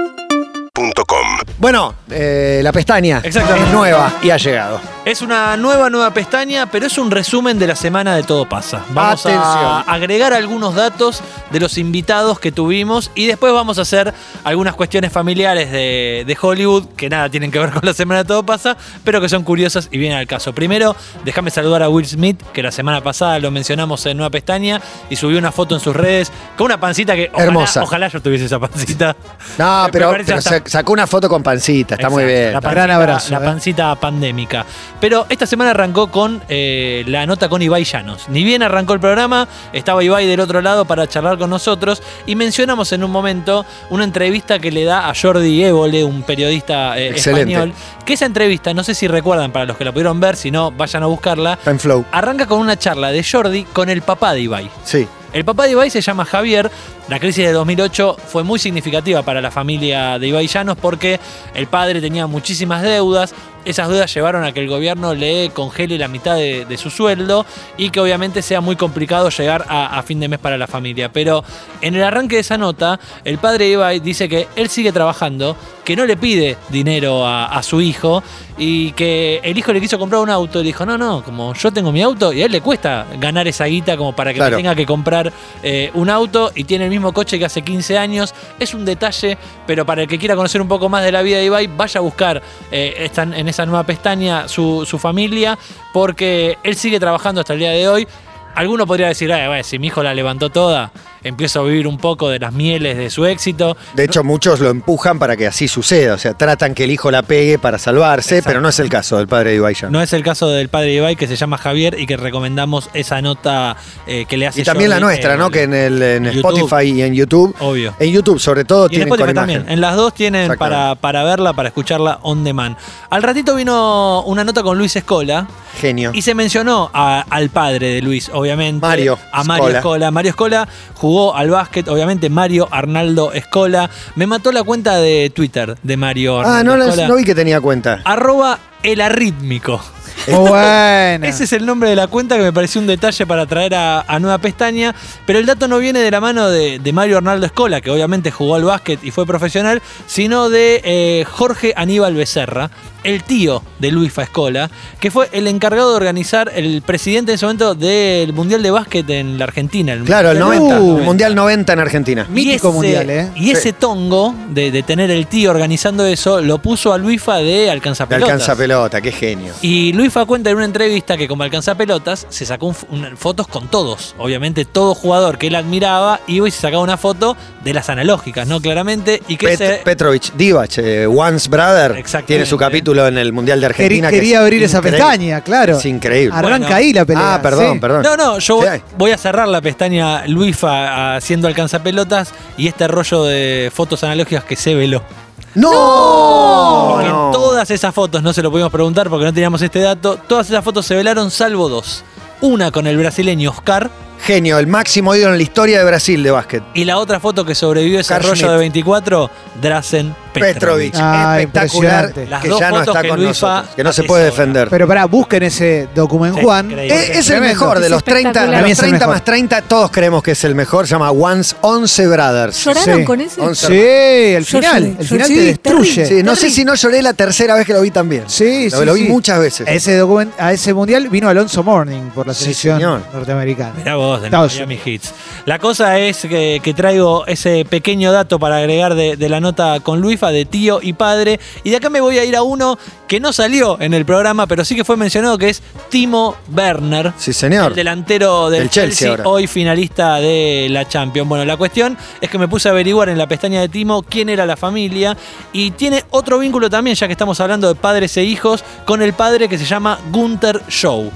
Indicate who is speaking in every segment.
Speaker 1: UrbanaPlayFM.com
Speaker 2: Bueno, eh, la pestaña
Speaker 3: Exactamente.
Speaker 2: es nueva y ha llegado.
Speaker 3: Es una nueva, nueva pestaña, pero es un resumen de la semana de Todo Pasa. Vamos a
Speaker 2: Atención.
Speaker 3: agregar algunos datos de los invitados que tuvimos y después vamos a hacer algunas cuestiones familiares de, de Hollywood que nada tienen que ver con la semana de Todo Pasa, pero que son curiosas y vienen al caso. Primero, déjame saludar a Will Smith, que la semana pasada lo mencionamos en Nueva Pestaña y subió una foto en sus redes con una pancita que ojalá-
Speaker 2: Hermosa.
Speaker 3: Ojalá yo tuviese esa pancita.
Speaker 2: No,
Speaker 3: Me
Speaker 2: pero,
Speaker 3: parece
Speaker 2: pero
Speaker 3: hasta-
Speaker 2: sac- sacó una foto con pancita, está muy
Speaker 3: Exacto,
Speaker 2: bien.
Speaker 3: La
Speaker 2: está-
Speaker 3: pancita,
Speaker 4: Gran abrazo,
Speaker 3: La
Speaker 4: eh.
Speaker 3: pancita pandémica. Pero esta semana arrancó con eh, la nota con Ibai Llanos. Ni bien arrancó el programa, estaba Ibai del otro lado para charlar con nosotros y mencionamos en un momento una entrevista que le da a Jordi Évole, un periodista eh,
Speaker 2: Excelente.
Speaker 3: español. Que esa entrevista, no sé si recuerdan para los que la pudieron ver, si no, vayan a buscarla.
Speaker 2: está en flow.
Speaker 3: Arranca con una charla de Jordi con el papá de Ibai.
Speaker 2: Sí.
Speaker 3: El papá de Ibai se llama Javier. La crisis de 2008 fue muy significativa para la familia de Ibai Llanos porque el padre tenía muchísimas deudas. Esas deudas llevaron a que el gobierno le congele la mitad de, de su sueldo y que obviamente sea muy complicado llegar a, a fin de mes para la familia. Pero en el arranque de esa nota, el padre de Ibai dice que él sigue trabajando, que no le pide dinero a, a su hijo y que el hijo le quiso comprar un auto y le dijo, no, no, como yo tengo mi auto y a él le cuesta ganar esa guita como para que me
Speaker 2: Claro.
Speaker 3: tenga tenga que comprar eh, un auto y tiene el mismo coche que hace 15 años. Es un detalle, pero para el que quiera conocer un poco más de la vida de Ibai, vaya a buscar eh, están en esa nueva pestaña su, su familia, porque él sigue trabajando hasta el día de hoy. Alguno podría decir, "Ay, bueno, si mi hijo la levantó toda, empiezo a vivir un poco de las mieles de su éxito.
Speaker 2: De hecho, muchos lo empujan para que así suceda. O sea, tratan que el hijo la pegue para salvarse,
Speaker 3: Exacto.
Speaker 2: pero no es el caso del padre de Ibai Llanos.
Speaker 3: No es el caso del padre de Ibai, que se llama Javier, y que recomendamos esa nota eh, que le hace
Speaker 2: y también la
Speaker 3: Jordi
Speaker 2: nuestra,
Speaker 3: en
Speaker 2: ¿no?
Speaker 3: el-
Speaker 2: Que en, el, en
Speaker 3: YouTube.
Speaker 2: Spotify y en YouTube.
Speaker 3: Obvio.
Speaker 2: En YouTube, sobre todo,
Speaker 3: Y en
Speaker 2: tienen
Speaker 3: Spotify
Speaker 2: con imagen.
Speaker 3: también. En las dos tienen para,
Speaker 2: Exactamente.
Speaker 3: para verla, para escucharla on demand. Al ratito vino una nota con Luis Escola
Speaker 2: Genio.
Speaker 3: y se mencionó a- al padre de Luis, obviamente.
Speaker 2: Mario
Speaker 3: A Mario Escola.
Speaker 2: Scola.
Speaker 3: Mario Escola jugó al básquet, obviamente, Mario Arnaldo Escola. Me mató la cuenta de Twitter de Mario
Speaker 2: Ah,
Speaker 3: Arnaldo
Speaker 2: no, las-
Speaker 3: Escola.
Speaker 2: no vi que tenía cuenta.
Speaker 3: Arroba el arrítmico.
Speaker 4: Muy buena.
Speaker 3: Ese es el nombre de la cuenta que me pareció un detalle para traer a, a Nueva Pestaña. Pero el dato no viene de la mano de, de Mario Arnaldo Escola, que obviamente jugó al básquet y fue profesional, sino de eh, Jorge Aníbal Becerra, el tío de Luis Escola, que fue el encargado de organizar el presidente en ese momento del Mundial de Básquet en la Argentina. el
Speaker 2: Claro, el
Speaker 3: Mundial de
Speaker 2: 90.
Speaker 3: Básquet.
Speaker 2: el Mundial 90 en Argentina.
Speaker 4: Mítico mundial, ¿eh?
Speaker 3: Y ese tongo de, de tener el tío organizando eso lo puso a Luifa de
Speaker 2: De
Speaker 3: Alcanzapelotas.
Speaker 2: alcanza pelota, qué genio.
Speaker 3: Y Luis fa cuenta en una entrevista que como alcanza pelotas, se sacó un f- una- fotos con todos. Obviamente todo jugador que él admiraba iba y se sacaba una foto de las analógicas, ¿no? Claramente. Y que
Speaker 2: Pet-
Speaker 3: ese-
Speaker 2: Petrovic Divac, eh, Once Brother,
Speaker 3: Exactamente.
Speaker 2: tiene su capítulo en el Mundial de Argentina.
Speaker 4: Queri-
Speaker 2: que
Speaker 4: quería
Speaker 2: es
Speaker 4: abrir esa
Speaker 2: increíble.
Speaker 4: pestaña, claro.
Speaker 2: Es increíble.
Speaker 4: Arranca
Speaker 3: Bueno.
Speaker 4: ahí la pelea.
Speaker 2: ah, perdón,
Speaker 4: sí.
Speaker 2: perdón.
Speaker 3: No, no, yo voy,
Speaker 2: Sí hay.
Speaker 3: voy a cerrar la pestaña Luifa haciendo alcanzapelotas y este rollo de fotos analógicas que se veló.
Speaker 2: ¡No! Oh, No.
Speaker 3: Porque en todas esas fotos, no se lo pudimos preguntar porque no teníamos este dato, todas esas fotos se velaron salvo dos. Una con el brasileño Oscar
Speaker 2: Genio, el máximo ídolo en la historia de Brasil de básquet.
Speaker 3: y la otra foto que sobrevivió ese
Speaker 2: Oscar
Speaker 3: rollo
Speaker 2: Schmidt.
Speaker 3: de 24, Drazen Petrovic.
Speaker 2: Petrovic,
Speaker 4: Ah,
Speaker 2: espectacular,
Speaker 4: impresionante.
Speaker 3: Las
Speaker 2: que
Speaker 3: dos
Speaker 2: ya no
Speaker 3: fotos
Speaker 2: está
Speaker 3: que
Speaker 2: con
Speaker 3: Luis Fa
Speaker 2: nosotros, que no se puede
Speaker 3: hace ahora.
Speaker 2: defender.
Speaker 4: Pero pará, busquen ese documento
Speaker 3: Sí,
Speaker 4: Juan.
Speaker 3: increíble.
Speaker 2: Eh, es el
Speaker 4: Tremendo.
Speaker 2: mejor de
Speaker 5: Es
Speaker 2: los 30,
Speaker 5: espectacular.
Speaker 2: de los
Speaker 4: Es el
Speaker 2: 30
Speaker 4: mejor.
Speaker 2: más 30, todos creemos que es el mejor, se llama Once, Once Brothers.
Speaker 5: ¿Lloraron
Speaker 4: Sí.
Speaker 5: con ese?
Speaker 2: Once-
Speaker 4: Sí, el
Speaker 5: Yo
Speaker 4: final.
Speaker 5: sí,
Speaker 4: El
Speaker 5: yo
Speaker 4: final
Speaker 5: sí,
Speaker 4: te
Speaker 5: terrible.
Speaker 4: destruye.
Speaker 2: Sí, no sé
Speaker 5: Terry.
Speaker 2: si no lloré la tercera vez que lo vi también.
Speaker 4: Sí,
Speaker 2: lo,
Speaker 4: sí,
Speaker 2: lo vi
Speaker 4: sí.
Speaker 2: muchas veces.
Speaker 4: A ese, document- a ese mundial vino Alonso Morning por la
Speaker 2: Sí,
Speaker 4: selección
Speaker 2: señor.
Speaker 4: norteamericana.
Speaker 3: Mirá vos, de
Speaker 4: Estados
Speaker 3: Miami Hits. La cosa es que, que traigo ese pequeño dato para agregar de, de la nota con Luifa, de tío y padre. Y de acá me voy a ir a uno que no salió en el programa, pero sí que fue mencionado, que es Timo Werner.
Speaker 2: sí, señor.
Speaker 3: El delantero del
Speaker 2: Del Chelsea
Speaker 3: Chelsea,
Speaker 2: ahora.
Speaker 3: hoy finalista de la Champions. Bueno, la cuestión es que me puse a averiguar en la pestaña de Timo quién era la familia y tiene otro vínculo también, ya que estamos hablando de padres e hijos, con el padre que se llama Gunther Show.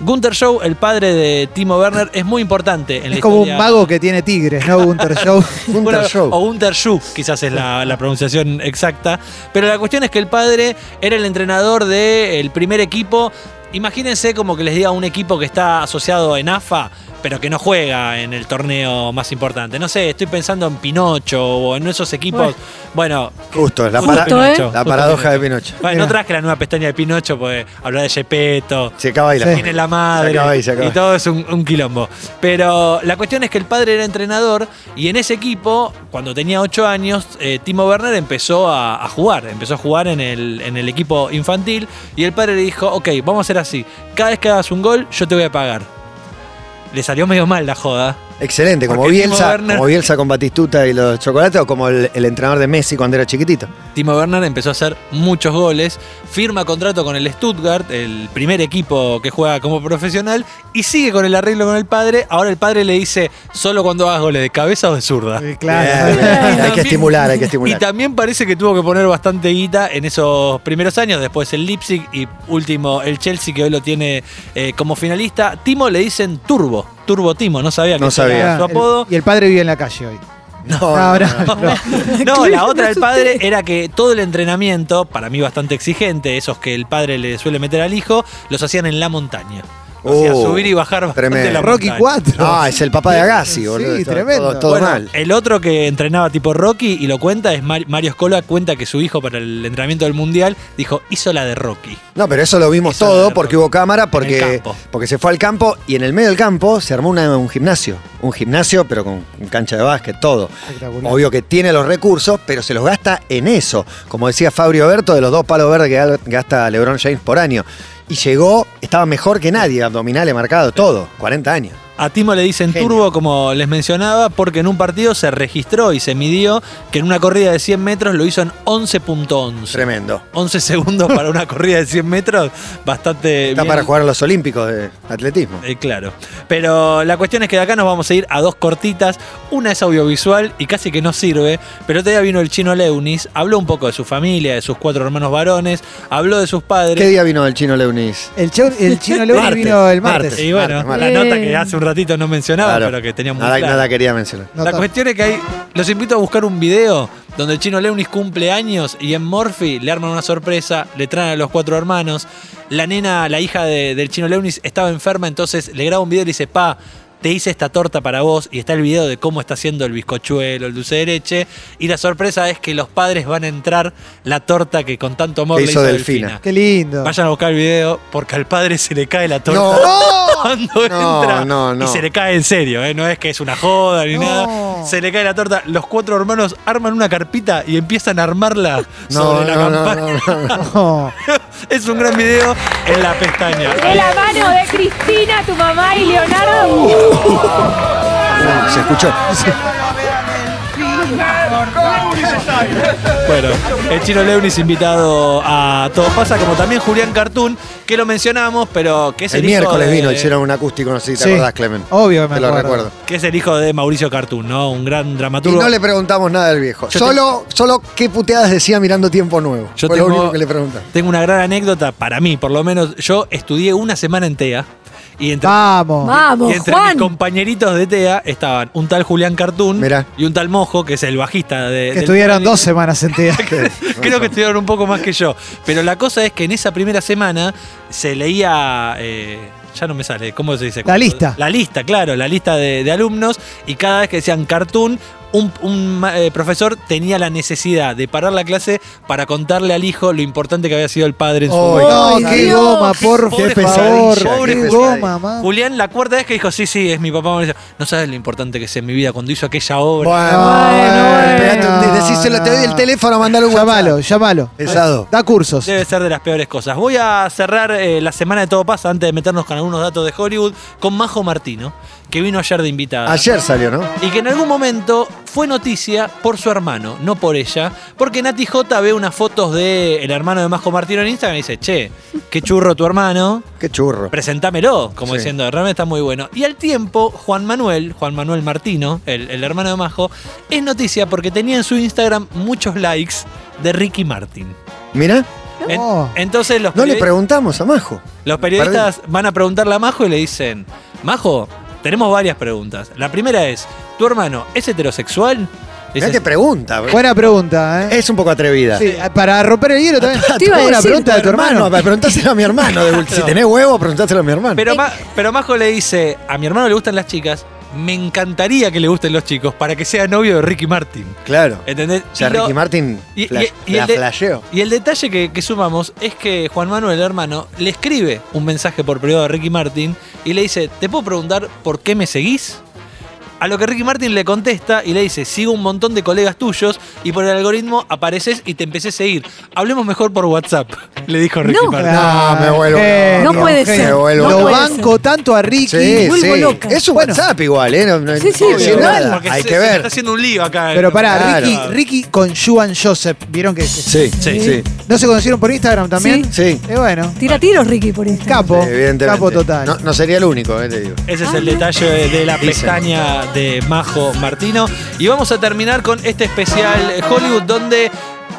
Speaker 3: Gunther Show, el padre de Timo Werner, es muy importante en la
Speaker 4: Es como un
Speaker 3: historia.
Speaker 4: mago que tiene tigres, ¿no? Gunter Show.
Speaker 2: Gunter
Speaker 3: Bueno,
Speaker 2: Show.
Speaker 3: O Gunter Schuh, quizás es la, la pronunciación exacta. Pero la cuestión es que el padre era el entrenador del primer equipo. Imagínense como que les diga a un equipo que está asociado en AFA pero que no juega en el torneo más importante. No sé, estoy pensando en Pinocho o en esos equipos. Bueno,
Speaker 2: Justo, la,
Speaker 3: justo
Speaker 2: para-
Speaker 1: Justo, ¿eh?
Speaker 3: Pinocho,
Speaker 2: la
Speaker 3: justo
Speaker 2: paradoja de
Speaker 3: Pinocho.
Speaker 2: Pinocho.
Speaker 3: Bueno, no
Speaker 4: Mira.
Speaker 3: traje la nueva pestaña de Pinocho, porque hablar de Gepetto,
Speaker 2: Se acaba y la
Speaker 4: Sí.
Speaker 3: tiene la madre
Speaker 2: Se acaba ahí, se acaba.
Speaker 3: y todo es un, un quilombo. Pero la cuestión es que el padre era entrenador y en ese equipo, cuando tenía 8 años, eh, Timo Werner empezó a, a jugar, empezó a jugar en el, en el equipo infantil y el padre le dijo, ok, vamos a hacer así, cada vez que hagas un gol yo te voy a pagar. Le salió medio mal la joda.
Speaker 2: Excelente, como
Speaker 3: Porque Timo
Speaker 2: Bielsa,
Speaker 3: Werner-
Speaker 2: como Bielsa con Batistuta y los chocolates o como el, el entrenador de Messi cuando era chiquitito.
Speaker 3: Timo Werner empezó a hacer muchos goles, firma contrato con el Stuttgart, el primer equipo que juega como profesional, y sigue con el arreglo con el padre. Ahora el padre le dice, solo cuando hagas goles de cabeza o de zurda.
Speaker 4: Eh,
Speaker 2: Bien, bien.
Speaker 4: Claro.
Speaker 2: hay que
Speaker 3: También-
Speaker 2: estimular, hay que
Speaker 3: Y
Speaker 2: estimular.
Speaker 3: también parece que tuvo que poner bastante guita en esos primeros años, después el Leipzig y último el Chelsea, que hoy lo tiene eh, como finalista. Timo le dicen Turbo, Turbo Timo, no sabía que
Speaker 2: No
Speaker 3: ese era
Speaker 2: sabía.
Speaker 4: Ah,
Speaker 3: su
Speaker 4: el-
Speaker 3: apodo.
Speaker 4: y el padre vive en la calle hoy.
Speaker 2: No, no,
Speaker 4: No,
Speaker 2: no.
Speaker 4: no, no.
Speaker 3: No, la otra del padre era que todo el entrenamiento, para mí bastante exigente, esos que el padre le suele meter al hijo, los hacían en la montaña. Lo hacía
Speaker 2: Oh,
Speaker 3: subir y bajar bastante
Speaker 2: tremendo.
Speaker 3: la
Speaker 4: Rocky
Speaker 3: montaña.
Speaker 4: 4.
Speaker 2: No, es el papá de Agassi,
Speaker 4: Sí,
Speaker 2: boludo. Todo-
Speaker 4: tremendo.
Speaker 2: Todo, todo
Speaker 3: Bueno,
Speaker 2: mal.
Speaker 3: El otro que entrenaba tipo Rocky y lo cuenta es Mar- Mario Scola, cuenta que su hijo para el entrenamiento del mundial dijo, hizo la de Rocky.
Speaker 2: No, pero eso lo vimos
Speaker 3: Eso
Speaker 2: todo
Speaker 3: era
Speaker 2: porque
Speaker 3: Rocky.
Speaker 2: hubo cámara,
Speaker 3: En el
Speaker 2: porque,
Speaker 3: campo.
Speaker 2: porque se fue al campo y en el medio del campo se armó una- un gimnasio. Un gimnasio, pero con, con cancha de básquet, todo.
Speaker 4: Espectacular.
Speaker 2: Obvio que tiene los recursos, pero se los gasta en eso. Como decía Fabio Berto, de los dos palos verdes que gal- gasta LeBron James por año. Y llegó, estaba mejor que nadie, abdominales marcado, todo. 40 años.
Speaker 3: A Timo le dicen
Speaker 2: Genio.
Speaker 3: turbo, como les mencionaba, porque en un partido se registró y se midió que en una corrida de 100 metros lo hizo en 11.11.
Speaker 2: Tremendo.
Speaker 3: 11 segundos para una corrida de 100 metros, bastante
Speaker 2: Está
Speaker 3: Eh, bien.
Speaker 2: para jugar en los Olímpicos de atletismo.
Speaker 3: Eh, claro. Pero la cuestión es que de acá nos vamos a ir a dos cortitas. Una es audiovisual y casi que no sirve. Pero todavía vino el chino Leunis, habló un poco de su familia, de sus cuatro hermanos varones, habló de sus
Speaker 2: ¿Qué
Speaker 3: padres.
Speaker 2: día vino el chino Leunis?
Speaker 4: El, chau- el chino León
Speaker 2: Martes,
Speaker 4: vino el
Speaker 2: martes.
Speaker 4: martes.
Speaker 3: Y bueno,
Speaker 2: Marte,
Speaker 3: la
Speaker 1: Marte.
Speaker 3: nota que hace un ratito no mencionaba,
Speaker 2: Claro.
Speaker 3: pero que tenía muy
Speaker 2: nada,
Speaker 3: clara.
Speaker 2: nada quería mencionar.
Speaker 4: No
Speaker 3: la
Speaker 4: tan-
Speaker 3: cuestión es que hay. Los invito a buscar un video donde el chino Leunis cumple años y en Morphy le arman una sorpresa, le traen a los cuatro hermanos. La nena, la hija de- del chino Leunis, estaba enferma, entonces le graba un video y le dice, pa. Te hice esta torta para vos y está el video de cómo está haciendo el bizcochuelo, el dulce de leche. Y la sorpresa es que los padres van a entrar la torta que con tanto amor
Speaker 2: Que
Speaker 3: le
Speaker 2: hizo
Speaker 3: hizo
Speaker 2: Delfina.
Speaker 3: Delfina.
Speaker 4: Qué lindo.
Speaker 3: Vayan a buscar el video porque al padre se le cae la torta cuando
Speaker 2: No,
Speaker 3: entra
Speaker 2: no, no.
Speaker 3: y se le cae en serio, ¿eh? no es que es una joda ni
Speaker 4: No.
Speaker 3: nada. Se le cae la torta. Los cuatro hermanos arman una carpita y empiezan a armarla
Speaker 2: No,
Speaker 3: sobre la
Speaker 2: no, no,
Speaker 3: campana.
Speaker 2: no, no, no.
Speaker 4: No.
Speaker 3: es un gran video en la pestaña.
Speaker 1: De la mano de Cristina, tu mamá y Leonardo.
Speaker 2: Se escuchó.
Speaker 3: Bueno, el chino Leunis invitado a Todo Pasa, como también Julián Cartoon, que lo mencionamos, pero que es el,
Speaker 2: El
Speaker 3: hijo
Speaker 2: miércoles
Speaker 3: de-
Speaker 2: vino, hicieron un acústico, no sé si te
Speaker 4: Sí.
Speaker 2: acordás, Clemen.
Speaker 4: Obvio que me
Speaker 2: Te lo
Speaker 4: acuerdo.
Speaker 2: recuerdo.
Speaker 3: Que es el hijo de Mauricio Cartoon, ¿no? Un gran
Speaker 2: Y
Speaker 3: dramaturgo.
Speaker 2: no le preguntamos nada al viejo.
Speaker 3: Yo
Speaker 2: Solo, solo qué puteadas decía mirando Tiempo Nuevo.
Speaker 3: Yo
Speaker 2: Fue lo
Speaker 3: tengo-
Speaker 2: único que le preguntamos.
Speaker 3: Tengo una gran anécdota, para mí por lo menos. Yo estudié una semana en TEA y entre
Speaker 4: Vamos.
Speaker 1: Vamos,
Speaker 3: y entre mis
Speaker 1: Juan.
Speaker 3: compañeritos de TEA estaban un tal Julián Cartoon
Speaker 2: Mirá.
Speaker 3: y un tal Mojo, que es el bajista de.
Speaker 4: que
Speaker 3: Eh, del-
Speaker 4: estuvieron dos semanas en TEA.
Speaker 3: Creo que estudiaron un poco más que yo. Pero la cosa es que en esa primera semana se leía. eh, ya no me sale, ¿cómo se dice?
Speaker 4: La lista.
Speaker 3: La lista, claro, la lista de, de alumnos. Y cada vez que decían cartoon, un, un, ma- eh, profesor tenía la necesidad de parar la clase para contarle al hijo lo importante que había sido el padre en su
Speaker 2: Oh,
Speaker 3: vida.
Speaker 4: No,
Speaker 1: Ay,
Speaker 4: qué
Speaker 1: Dios.
Speaker 4: goma, por
Speaker 3: Pobre
Speaker 4: favor.
Speaker 2: pesadilla,
Speaker 4: Pobre
Speaker 2: qué
Speaker 4: qué
Speaker 2: pesadilla.
Speaker 4: goma, mamá.
Speaker 3: Julián, la cuarta vez que dijo, sí, sí, es mi papá, me dice, no sabes lo importante que es en mi vida cuando hizo aquella obra.
Speaker 1: bueno.
Speaker 2: Esperate un- decíselo, te
Speaker 3: Ah.
Speaker 2: doy el teléfono, mandale un WhatsApp.
Speaker 4: Llámalo, llámalo.
Speaker 2: Pesado.
Speaker 4: Da cursos.
Speaker 3: Debe ser de las peores cosas. Voy a cerrar eh, la semana de Todo Pasa antes de meternos con algunos datos de Hollywood con Majo Martino, que vino ayer de invitada.
Speaker 2: Ayer salió, ¿no?
Speaker 3: Y que en algún momento fue noticia por su hermano, no por ella, porque Nati J ve unas fotos del el hermano de Majo Martino en Instagram y dice, che, qué churro tu hermano,
Speaker 2: Qué churro.
Speaker 3: presentámelo, como
Speaker 2: Sí.
Speaker 3: diciendo, realmente está muy bueno. Y al tiempo, Juan Manuel, Juan Manuel Martino, el, el hermano de Majo, es noticia porque tenía en su Instagram muchos likes de Ricky Martin.
Speaker 2: Mirá,
Speaker 3: En-
Speaker 4: No.
Speaker 3: entonces los
Speaker 2: Oh. no le
Speaker 3: periodi-
Speaker 2: preguntamos a Majo.
Speaker 3: los periodistas van a preguntarle a Majo y le dicen, Majo, tenemos varias preguntas. La primera es, ¿tu hermano es heterosexual?
Speaker 2: Mirá
Speaker 3: Dices-
Speaker 2: qué pregunta.
Speaker 4: Buena pregunta, ¿eh?
Speaker 2: Es un poco atrevida.
Speaker 4: Sí, para romper el hielo también.
Speaker 2: Ah,
Speaker 1: Te iba a
Speaker 4: ¿Cómo la
Speaker 1: decir,
Speaker 4: pregunta de tu hermano?
Speaker 2: Preguntáselo a mi hermano. de última. Si tenés huevo, preguntáselo a mi hermano.
Speaker 3: Pero, Ma- pero Majo le dice, a mi hermano le gustan las chicas, me encantaría que le gusten los chicos para que sea novio de Ricky Martin.
Speaker 2: claro.
Speaker 3: ¿Entendés?
Speaker 2: O sea,
Speaker 3: Eh, Y lo-
Speaker 2: Ricky Martin
Speaker 3: y-
Speaker 2: flash-
Speaker 3: y- y el
Speaker 2: la
Speaker 3: de-
Speaker 2: flasheó.
Speaker 3: Y el detalle que, que sumamos es que Juan Manuel, el hermano, le escribe un mensaje por privado a Ricky Martin y le dice, ¿te puedo preguntar por qué me seguís? A lo que Ricky Martin le contesta y le dice, sigo un montón de colegas tuyos y por el algoritmo apareces y te empecé a seguir. Hablemos mejor por WhatsApp, le dijo Ricky
Speaker 1: No.
Speaker 3: Martin.
Speaker 2: No, me vuelvo
Speaker 4: Ah, genio,
Speaker 1: loco. No puede
Speaker 4: genio.
Speaker 1: ser,
Speaker 2: Me vuelvo
Speaker 1: no
Speaker 4: Lo
Speaker 1: puede
Speaker 4: banco tanto a Ricky.
Speaker 2: Sí,
Speaker 1: vuelvo
Speaker 2: sí.
Speaker 1: loca.
Speaker 2: Es un
Speaker 4: Bueno.
Speaker 2: WhatsApp igual, ¿eh? No- no-
Speaker 1: Sí, sí,
Speaker 2: no decir
Speaker 1: obvio.
Speaker 2: nada.
Speaker 3: porque
Speaker 2: Hay
Speaker 3: se-
Speaker 2: que
Speaker 3: Se está
Speaker 2: ver.
Speaker 3: haciendo un lío acá.
Speaker 4: Pero pará,
Speaker 2: Claro.
Speaker 4: Ricky, Ricky con Juan Joseph. ¿Vieron que, que-
Speaker 2: Sí,
Speaker 3: Sí.
Speaker 2: sí.
Speaker 4: no se conocieron por Instagram también?
Speaker 1: Sí.
Speaker 2: Sí.
Speaker 4: Eh, bueno,
Speaker 1: Tira tiros, Ricky, por este. esto.
Speaker 4: capo.
Speaker 2: Evidentemente.
Speaker 4: Capo total.
Speaker 2: No, no sería el único, eh, te digo.
Speaker 3: Ese es el detalle de, de la
Speaker 2: Dicen.
Speaker 3: pestaña de Majo Martino. Y vamos a terminar con este especial Hollywood donde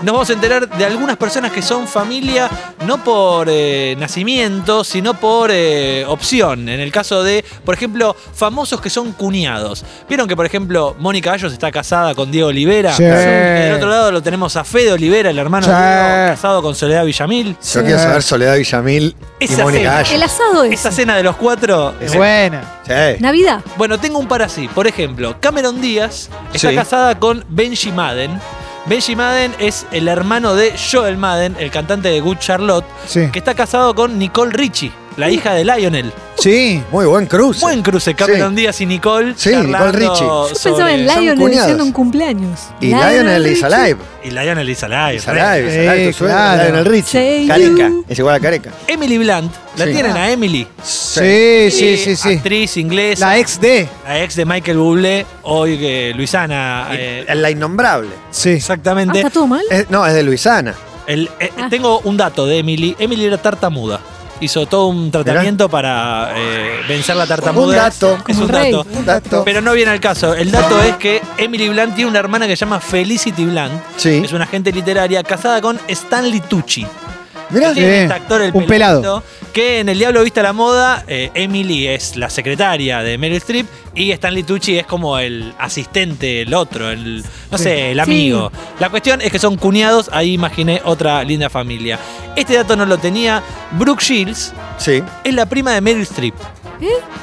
Speaker 3: nos vamos a enterar de algunas personas que son familia no por eh, nacimiento, sino por eh, opción. En el caso de, por ejemplo, famosos que son cuñados. Vieron que, por ejemplo, Mónica Gallos está casada con Diego
Speaker 2: Ah,
Speaker 3: Olivera.
Speaker 4: Sí.
Speaker 3: Del otro lado lo tenemos a Fede Olivera, el hermano
Speaker 4: Sí.
Speaker 3: de Diego, casado con Soledad Villamil.
Speaker 2: Yo quiero saber Soledad Villamil y
Speaker 3: Esa
Speaker 2: Mónica
Speaker 3: cena.
Speaker 2: Gallo.
Speaker 1: El asado es.
Speaker 3: Esa cena de los cuatro
Speaker 4: Es buena.
Speaker 2: Sí.
Speaker 1: Navidad.
Speaker 3: Bueno, tengo un par así. Por ejemplo, Cameron Díaz está
Speaker 2: Sí.
Speaker 3: casada con Benji Madden. Benji Madden es el hermano de Joel Madden, el cantante de Good Charlotte,
Speaker 4: Sí.
Speaker 3: que está casado con Nicole Richie, la hija de Lionel.
Speaker 4: Sí.
Speaker 2: Muy buen cruce.
Speaker 3: Buen cruce, Cameron
Speaker 2: Sí.
Speaker 3: Díaz y Nicole.
Speaker 2: Sí, Nicole
Speaker 3: charlando
Speaker 2: Richie. Yo
Speaker 1: Yo pensaba
Speaker 3: sobre-
Speaker 1: en
Speaker 2: son
Speaker 1: Lionel
Speaker 2: cuñados.
Speaker 1: diciendo un cumpleaños.
Speaker 2: Y Lionel is alive.
Speaker 3: Y Lionel y Salai.
Speaker 2: Is alive, is
Speaker 4: Eh,
Speaker 2: alive, tu suegro,
Speaker 4: claro.
Speaker 2: Lionel Richie.
Speaker 1: Say
Speaker 2: Careca.
Speaker 1: you.
Speaker 2: Es igual a careca.
Speaker 3: Emily Blunt, la
Speaker 2: Sí.
Speaker 3: tienen
Speaker 1: Ah.
Speaker 3: a Emily.
Speaker 4: Sí, sí, sí, sí.
Speaker 3: Actriz inglesa, la,
Speaker 4: La ex de.
Speaker 3: ex de Michael Bublé, hoy que Luisana. eh,
Speaker 2: La innombrable.
Speaker 4: Sí.
Speaker 1: Ah,
Speaker 3: exactamente.
Speaker 1: ¿Está todo mal?
Speaker 2: Es- no, es de Luisana.
Speaker 3: El- eh,
Speaker 1: Ah.
Speaker 3: Tengo un dato de Emily. Emily era tartamuda. Hizo todo un tratamiento para eh, vencer la tartamudez.
Speaker 2: dato.
Speaker 3: Es un
Speaker 1: Un rey.
Speaker 3: dato.
Speaker 2: Un dato.
Speaker 3: Pero no viene al caso. El dato es que Emily Blunt tiene una hermana que se llama Felicity Blunt.
Speaker 2: Sí.
Speaker 3: Es una agente literaria casada con Stanley Tucci.
Speaker 2: Mirá.
Speaker 3: Que tiene
Speaker 4: Sí,
Speaker 3: este actor, el
Speaker 4: un
Speaker 3: pelado,
Speaker 4: pelado.
Speaker 3: Que en El Diablo Viste a la Moda, eh, Emily es la secretaria de Meryl Streep y Stanley Tucci es como el asistente, el otro, el, no sé, el amigo. La cuestión es que son cuñados, ahí imaginé otra linda familia. Este dato no lo tenía. Brooke Shields
Speaker 2: Sí.
Speaker 3: es la prima de Meryl Streep.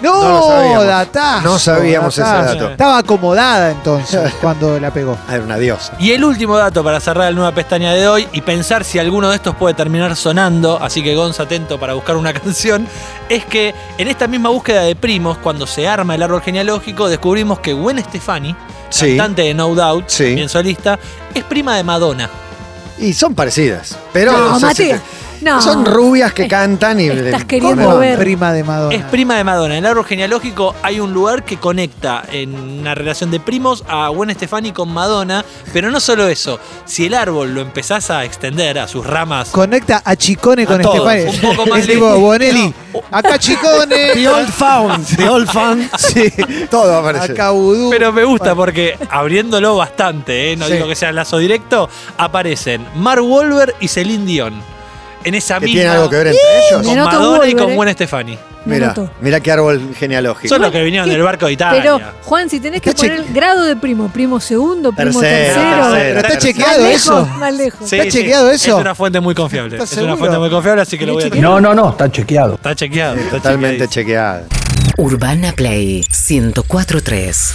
Speaker 4: No,
Speaker 2: No lo sabíamos.
Speaker 4: datazo,
Speaker 2: No sabíamos ese
Speaker 4: datazo.
Speaker 2: dato.
Speaker 4: Estaba acomodada entonces cuando la pegó.
Speaker 2: Ah, Era una diosa.
Speaker 3: Y el último dato para cerrar la nueva pestaña de hoy y pensar si alguno de estos puede terminar sonando, así que Gonza atento para buscar una canción, es que en esta misma búsqueda de primos, cuando se arma el árbol genealógico, descubrimos que Gwen Stefani,
Speaker 2: Sí.
Speaker 3: cantante de No Doubt,
Speaker 2: Sí.
Speaker 3: bien solista, es prima de Madonna.
Speaker 2: Y son parecidas. Pero
Speaker 1: no,
Speaker 2: o sea,
Speaker 1: Mateo. No.
Speaker 2: son rubias que
Speaker 1: Es-
Speaker 2: cantan y.
Speaker 1: estás queriendo
Speaker 4: Como
Speaker 1: ver.
Speaker 4: prima de Madonna.
Speaker 3: Es prima de Madonna. En el árbol genealógico hay un lugar que conecta en una relación de primos a Gwen Stefani con Madonna, pero no solo eso, si el árbol lo empezás a extender a sus ramas
Speaker 4: Conecta a Chicone
Speaker 3: A
Speaker 4: con
Speaker 3: todos,
Speaker 4: Estefani.
Speaker 3: un poco más
Speaker 4: Es tipo
Speaker 3: lejos.
Speaker 4: Bonelli. Acá
Speaker 2: The
Speaker 4: Chicone.
Speaker 2: Old Found. The Old Found. Sí. Todo aparece.
Speaker 4: Acá Vudú.
Speaker 3: Pero me gusta porque abriéndolo bastante, ¿eh? no
Speaker 4: Sí.
Speaker 3: digo que sea lazo directo, aparecen Mark Wahlberg y Celine Dion. En esa
Speaker 2: Que
Speaker 3: misma.
Speaker 2: tiene algo que ver entre ellos.
Speaker 3: Con
Speaker 1: Me noto
Speaker 3: Madonna y
Speaker 1: Wahlberg,
Speaker 3: con
Speaker 1: eh.
Speaker 3: Gwen Stefani.
Speaker 1: Me
Speaker 2: Mira,
Speaker 1: noto.
Speaker 2: mira qué árbol genealógico.
Speaker 3: Son los que vinieron
Speaker 1: ¿qué?
Speaker 3: del barco de Italia.
Speaker 1: Pero, Juan, si tenés que
Speaker 4: Está
Speaker 1: poner grado de primo, primo segundo,
Speaker 2: Tercero,
Speaker 1: primo tercero.
Speaker 2: tercero.
Speaker 4: Pero está
Speaker 3: Tercero.
Speaker 1: Más
Speaker 4: chequeado
Speaker 1: lejos,
Speaker 4: eso.
Speaker 1: más lejos.
Speaker 3: Sí,
Speaker 4: ¿Está
Speaker 3: sí,
Speaker 4: chequeado eso?
Speaker 3: Es una fuente muy confiable. Es
Speaker 4: ¿Estás
Speaker 3: una
Speaker 4: seguro?
Speaker 3: fuente muy confiable, así que lo voy a
Speaker 1: ¿Está chequeado?
Speaker 5: No, no, no, está chequeado.
Speaker 3: Está chequeado. está
Speaker 2: Totalmente
Speaker 3: chequeadísimo.
Speaker 2: chequeada.
Speaker 6: Urbana Play 1043.